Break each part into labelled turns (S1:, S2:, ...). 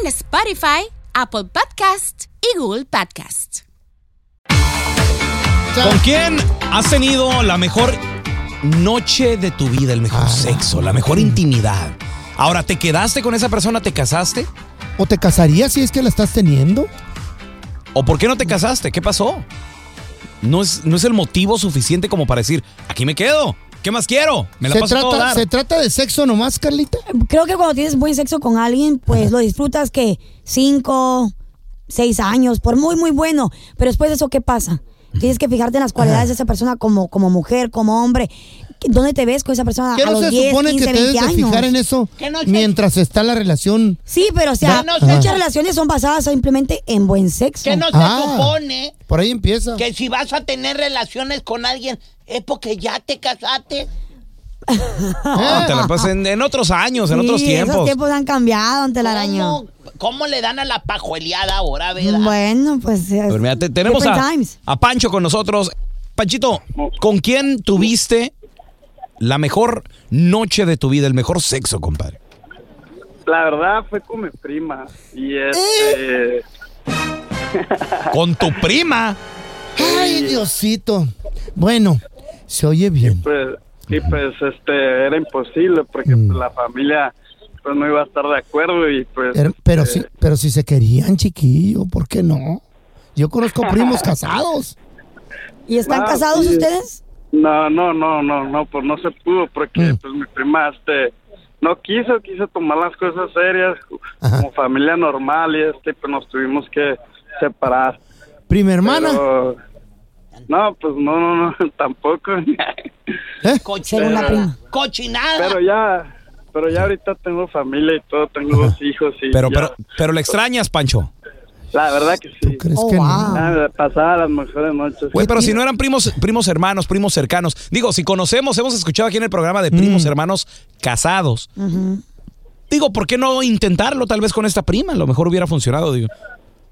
S1: en Spotify, Apple Podcast y Google Podcast.
S2: ¿Con quién has tenido la mejor noche de tu vida, el
S3: Ah.
S2: mejor sexo, la
S3: Mm.
S2: mejor intimidad? Ahora, ¿te quedaste con esa persona? ¿Te casaste?
S3: ¿O te casarías si es que la estás teniendo?
S2: ¿O por qué no te casaste? ¿Qué pasó? No es, no es el motivo suficiente como para decir, aquí me quedo. ¿Qué más quiero? Me la
S3: se,
S2: paso a todo
S3: trata,
S2: dar.
S3: se trata de sexo nomás, Carlita.
S4: creo que cuando tienes buen sexo con alguien, pues lo disfrutas que cinco, seis años, por muy, muy bueno. Pero después de eso, ¿qué pasa? Tienes que fijarte en las cualidades de esa persona como, como mujer, como hombre. ¿Dónde te ves con esa persona
S3: ¿Qué
S4: a
S3: no
S4: los
S3: se
S4: 10,
S3: supone
S4: 15,
S3: que te
S4: 20
S3: debes de
S4: años?
S3: fijar en e-? eso mientras está la relación?
S4: Sí, pero o sea,
S5: No, no sé.
S4: muchas relaciones son basadas simplemente en buen sexo.
S5: Que no se
S3: Ah.
S5: supone
S3: Por ahí empieza.
S5: que si vas a tener relaciones con alguien es porque ya te casaste.
S2: No, Ah, te la pasas en, en otros años, Pues en
S4: Sí,
S2: otros
S4: Esos
S2: tiempos.
S4: tiempos han cambiado ante el arañón.
S5: ¿Cómo, cómo le dan a la pajueleada ahora, verdad?
S4: Bueno, pues. es-
S2: Pero mira, te- tenemos
S4: different
S2: a,
S4: times.
S2: a Pancho con nosotros. Panchito, ¿con quién tuviste la mejor noche de tu vida, el mejor sexo, compadre?
S6: La verdad fue con mi prima. Y este.
S2: Con tu prima.
S3: Ay, Diosito. Bueno, se oye bien.
S6: Pues, y pues este era imposible porque
S3: Mm.
S6: pues, la familia pues no iba a estar de acuerdo y pues
S3: Pero, pero sí, pero si se querían, chiquillo, ¿por qué no? Yo conozco primos casados.
S4: ¿Y están
S6: Ah,
S4: casados
S6: sí.
S4: ustedes?
S6: no no no no no pues no se pudo
S3: Mm.
S6: porque pues mi prima este no quiso quiso tomar las cosas serias
S3: Ajá.
S6: como familia normal y este pues nos tuvimos que separar
S3: Prima hermana.
S6: Pero- no pues no no no tampoco
S3: ¿eh?
S4: Según la prima.
S5: Cochinada. Cochinada.
S6: pero ya pero ya ahorita tengo familia y todo tengo dos hijos y
S2: Pero,
S6: ya.
S2: pero, pero le extrañas, Pancho.
S6: la verdad que sí
S3: ¿Tú crees
S4: Oh,
S3: que
S4: wow.
S3: no?
S6: Ah, pasaba las mejores noches
S2: Güey, pero si no eran primos, primos hermanos, primos cercanos. Digo, si conocemos, hemos escuchado aquí en el programa de
S3: Mm.
S2: primos hermanos casados. Digo, ¿por qué no intentarlo tal vez con esta prima? A lo mejor hubiera funcionado, digo.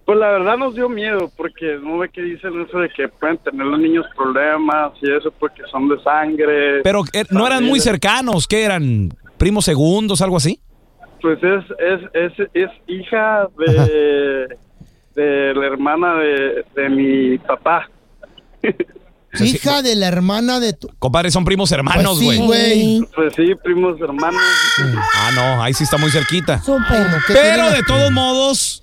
S6: Pues la verdad nos dio miedo porque no ve que dicen eso de que pueden tener los niños problemas y eso porque son de sangre.
S2: Pero eh, no eran muy
S6: Familia.
S2: cercanos, ¿qué eran? ¿Primos segundos, algo así?
S6: Pues es es es, es hija de de la hermana de, de mi papá.
S3: Hija de la hermana de tu.
S2: Compadre, son primos
S3: Pues
S2: hermanos, güey.
S3: sí, güey.
S6: Pues sí, primos hermanos.
S2: ah, no, ahí sí está muy cerquita.
S4: Súper.
S3: Bueno, ¿qué tiene
S2: Pero
S3: la-
S2: de todos modos,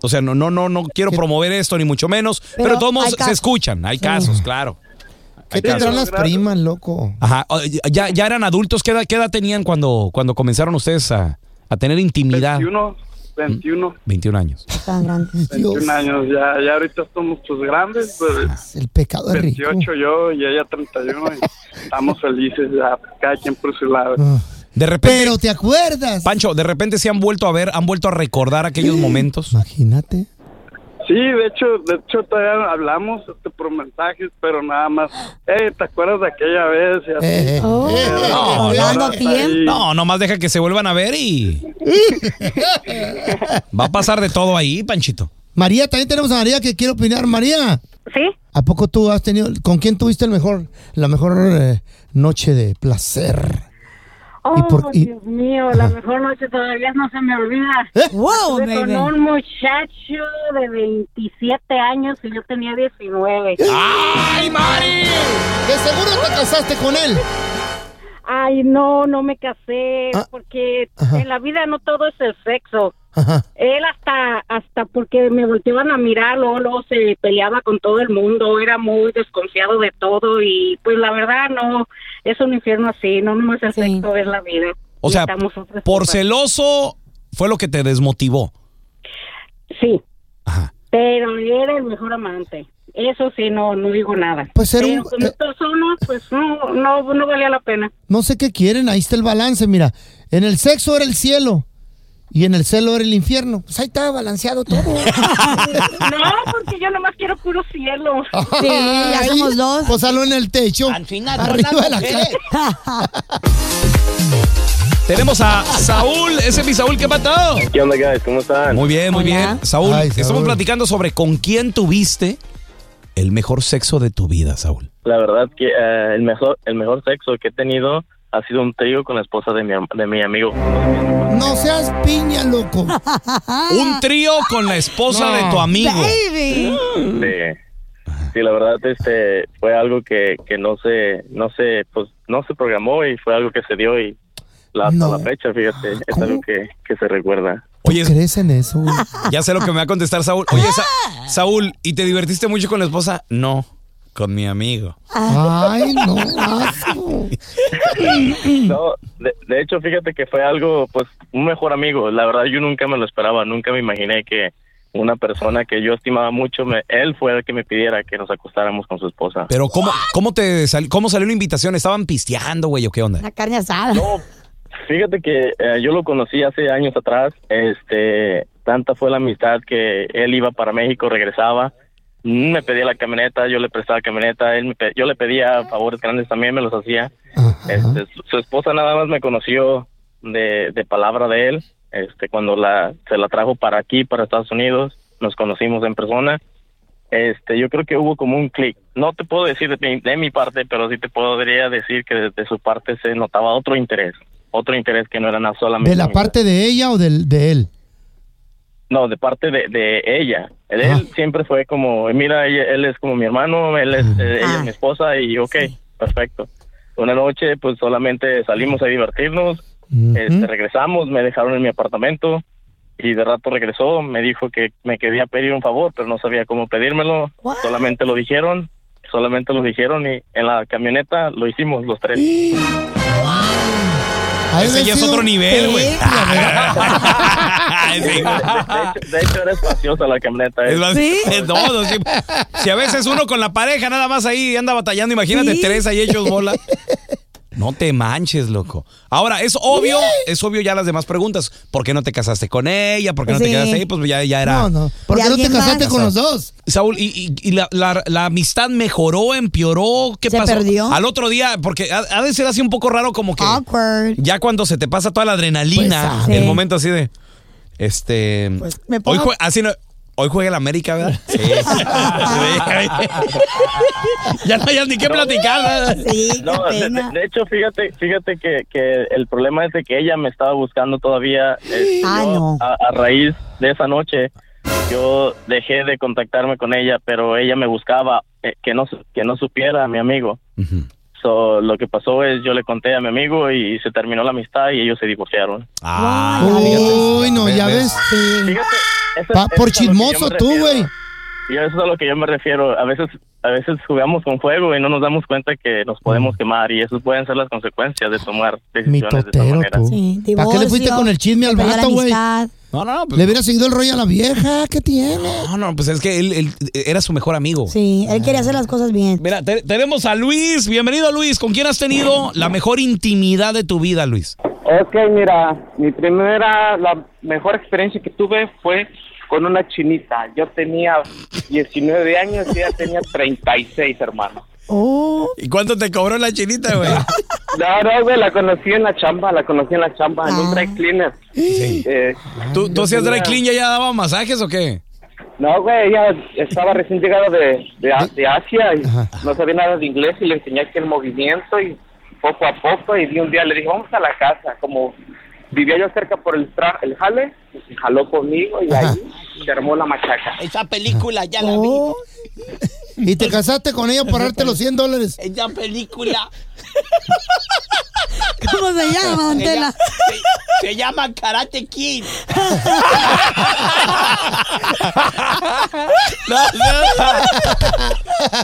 S2: o sea, no, no, no, no quiero promover esto, ni mucho menos. Pero,
S4: Pero
S2: de todos modos
S4: hay
S2: se
S4: casos.
S2: escuchan, hay casos, claro.
S3: ¿Qué
S2: Hay
S3: tendrán
S2: casos.
S3: las primas, loco?
S2: Ajá. o- Ya, ya eran adultos, ¿qué edad, qué edad tenían cuando, cuando comenzaron ustedes a, a tener intimidad?
S6: 21, 21,
S2: 21 años.
S4: Tan grande.
S3: Dios,
S6: 21 años. Ya ya ahorita somos pues grandes, pues
S3: el pecado es rico.
S6: 28 yo y ella 31 y estamos felices ya cada quien por su lado.
S3: Ah.
S2: De repente,
S3: Pero te acuerdas.
S2: Pancho, de repente se han vuelto a ver, han vuelto a recordar aquellos momentos.
S3: Imagínate.
S6: Sí, de hecho, de hecho todavía hablamos este, por mensajes, pero nada más. Eh, ¿te acuerdas de aquella vez? Y así.
S3: Eh, eh,
S4: Oh,
S3: eh, eh,
S2: no,
S4: volando
S6: ahora
S4: a tiempo.
S6: ahí-
S2: No, nomás deja que se vuelvan a ver y. Va a pasar de todo ahí, Panchito.
S3: María, también tenemos a María que quiere opinar. María,
S7: ¿Sí?
S3: ¿a poco tú has tenido, con quién tuviste el mejor, la mejor eh, noche de placer?
S7: Oh,
S3: ¿Y por- y-
S7: Dios mío, la mejor noche todavía no se me olvida.
S4: Wow,
S7: Estuve con
S4: baby.
S7: un muchacho de 27 años y yo tenía 19.
S3: De seguro te casaste con él.
S7: Ay, no, no me casé,
S3: Ah,
S7: porque
S3: ajá.
S7: en la vida no todo es el sexo.
S3: Ajá.
S7: Él hasta, hasta porque me volteaban a mirar, luego, luego se peleaba con todo el mundo, era muy desconfiado de todo y pues la verdad no, es un infierno así, no, no es el
S4: Sí.
S7: sexo, es la vida.
S2: O sea,
S7: Necesitamos otras
S2: por
S7: cosas.
S2: celoso fue lo que te desmotivó.
S7: Sí,
S2: Ajá.
S7: pero era el mejor amante. Eso sí, no, no digo nada.
S3: Pues era
S7: pero
S3: un-
S7: como
S3: eh.
S7: persona, pues no, no, no valía la pena.
S3: No sé qué quieren, ahí está el balance, mira. En el sexo era el cielo y en el celo era el infierno. Pues ahí estaba balanceado todo.
S7: No, porque yo nomás quiero puro cielo.
S4: Sí, ya
S3: Ahí,
S4: somos dos.
S3: Pósalo en el techo.
S5: Al final,
S3: arriba de la
S5: mujeres.
S3: casa.
S2: Tenemos a Saúl, ese es mi Saúl que ha matado.
S8: ¿Qué onda, guys? ¿Cómo están?
S2: Muy bien, muy
S4: Hola.
S2: bien. Saúl,
S3: Ay,
S2: estamos
S3: Saúl.
S2: platicando sobre con quién tuviste el mejor sexo de tu vida, Saúl.
S8: La verdad que eh, el mejor el mejor sexo que he tenido ha sido un trío con la esposa de mi, am- de mi amigo.
S3: No seas piña, loco.
S2: Un trío con la esposa de tu amigo.
S4: Baby.
S8: Este, sí, la verdad este fue algo que, que no se no se pues no se programó y fue algo que se dio y la, hasta la
S3: No.
S8: fecha, fíjate, es
S3: ¿Cómo?
S8: algo que, que se recuerda.
S2: Oye,
S3: ¿Crees en eso? güey?
S2: ya sé lo que me va a contestar Saúl. Oye, Sa- Saúl, ¿y te divertiste mucho con la esposa? No, con mi amigo.
S4: Ah,
S3: Ay, no, asco.
S8: No, de, de hecho, fíjate que fue algo pues un mejor amigo. La verdad yo nunca me lo esperaba, nunca me imaginé que una persona que yo estimaba mucho, me- él fue el que me pidiera que nos acostáramos con su esposa.
S2: Pero ¿cómo, cómo te sal- cómo salió la invitación? ¿Estaban pisteando, güey, o qué onda?
S4: La carne asada.
S8: No, fíjate que eh, yo lo conocí hace años atrás. Este, tanta fue la amistad que él iba para México, regresaba. mm, Me pedía la camioneta, yo le prestaba camioneta, él me pe- yo le pedía favores grandes también, me los hacía.
S3: Ajá.
S8: Este, su, su esposa nada más me conoció de, de palabra de él. Este, cuando la, se la trajo para aquí, para Estados Unidos, nos conocimos en persona. Este, yo creo que hubo como un clic. No te puedo decir de mi, de mi parte, pero sí te podría decir que de, de su parte se notaba otro interés. Otro interés que no era nada solamente.
S3: ¿De la
S8: amistad.
S3: parte de ella o del, de él?
S8: No, de parte de, de ella. Él
S3: Ah.
S8: siempre fue como, mira, ella- él es como mi hermano, él es, eh, ella es mi esposa y ok, perfecto. Una noche pues solamente salimos a divertirnos, este, regresamos, me dejaron en mi apartamento y de rato regresó, me dijo que me quería pedir un favor, pero no sabía cómo pedírmelo,
S4: What?
S8: solamente lo dijeron, solamente lo dijeron y en la camioneta lo hicimos los tres.
S3: Ha de
S2: Ese
S3: haber
S2: ya es
S3: sido
S2: otro
S3: un
S2: nivel, güey.
S3: perro, la verdad.
S2: Ay,
S8: De, de- de
S2: sí.
S8: hecho, de hecho era espaciosa la camioneta.
S2: Es
S8: eh.
S2: más-
S4: ¿Sí?
S2: No, no, sí. Si a veces uno con la pareja nada más ahí anda batallando, imagínate
S4: Sí.
S2: tres ahí hechos bola. No te manches, loco. Ahora, es obvio, es obvio ya las demás preguntas. ¿Por qué no te casaste con ella? ¿Por qué no te
S4: Sí.
S2: quedaste ahí? Pues ya, ya era.
S3: No, no. ¿Por
S4: ¿De
S3: qué no te
S4: alguien más?
S3: casaste con los dos?
S2: Saúl, ¿y, y- y la, la- la amistad mejoró, empeoró? ¿Qué
S4: Se
S2: pasó?
S4: perdió. Ah,
S2: Al otro día, porque ha, ha de ser así un poco raro como que
S4: Awkward.
S2: ya cuando se te pasa toda la adrenalina,
S3: Pues,
S4: ah.
S2: el
S4: Sí.
S2: momento así de, este,
S4: Pues, me
S2: hoy
S4: pongo-
S2: jue- así no- hoy juega el América, ¿verdad? Sí. Sí. ya no hayas ni qué platicar. ¿verdad?
S4: Sí, qué
S8: No, de,
S4: pena.
S8: de- de hecho, fíjate, fíjate que, que el problema es de que ella me estaba buscando todavía. eh,
S4: Ah,
S8: yo,
S4: no.
S8: a, a raíz de esa noche, yo dejé de contactarme con ella, pero ella me buscaba eh, que no su- que no supiera a mi amigo.
S2: Ujú.
S8: So, lo que pasó es yo le conté a mi amigo y, se terminó la amistad y ellos se divorciaron.
S2: Ah,
S3: Uy, no, ya ves. eh.
S8: Fíjate, eso-
S3: Pa-
S8: eso
S3: por
S8: es a lo que
S3: chismoso
S8: yo me
S3: tú,
S8: refiero.
S3: güey.
S8: Y eso es a lo que yo me refiero. A veces, a veces jugamos con fuego y no nos damos cuenta que nos
S3: Mm.
S8: podemos quemar y esas pueden ser las consecuencias de tomar
S3: Mi
S8: decisiones de esa
S3: totero,
S8: manera.
S3: tú.
S4: Sí,
S3: ¿Para qué le fuiste
S4: divorcio,
S3: con el chisme al
S4: se perdió la
S3: vato, güey?
S4: amistad.
S2: No, no, no, pues,
S3: Le hubiera seguido el rollo a la vieja. ¿Qué tiene?
S2: no, no, pues es que él, él era su mejor amigo.
S4: Sí, él quería hacer las cosas bien.
S2: Mira, te- tenemos a Luis. Bienvenido, Luis. ¿Con quién has tenido la mejor intimidad de tu vida, Luis?
S9: Ok, mira, mi primera, la mejor experiencia que tuve fue con una chinita. Yo tenía 19 años y ella tenía 36, hermano.
S4: Oh,
S2: ¿Y cuánto te cobró la chinita, güey?
S9: No, no, güey, la conocí en la chamba, la conocí en la chamba, en un dry cleaner. Eh,
S2: ¿Tú, tú hacías dry clean y ella daba masajes o qué?
S9: no, güey, ella estaba recién llegada de, de, A- de Asia y
S3: Ajá.
S9: no sabía nada de inglés y le enseñé aquí el movimiento y poco a poco y de un día le dije, vamos a la casa, como vivía yo cerca por el, tra- el jale, se jaló conmigo y ahí se armó la machaca.
S5: Esa película ya la
S4: oh.
S3: Y te casaste con ella por darte los 100 dólares.
S5: vi. Esa película.
S3: ¿Cómo se llama, don Tela?
S10: Se, se llama Karate Kid.
S4: No, no.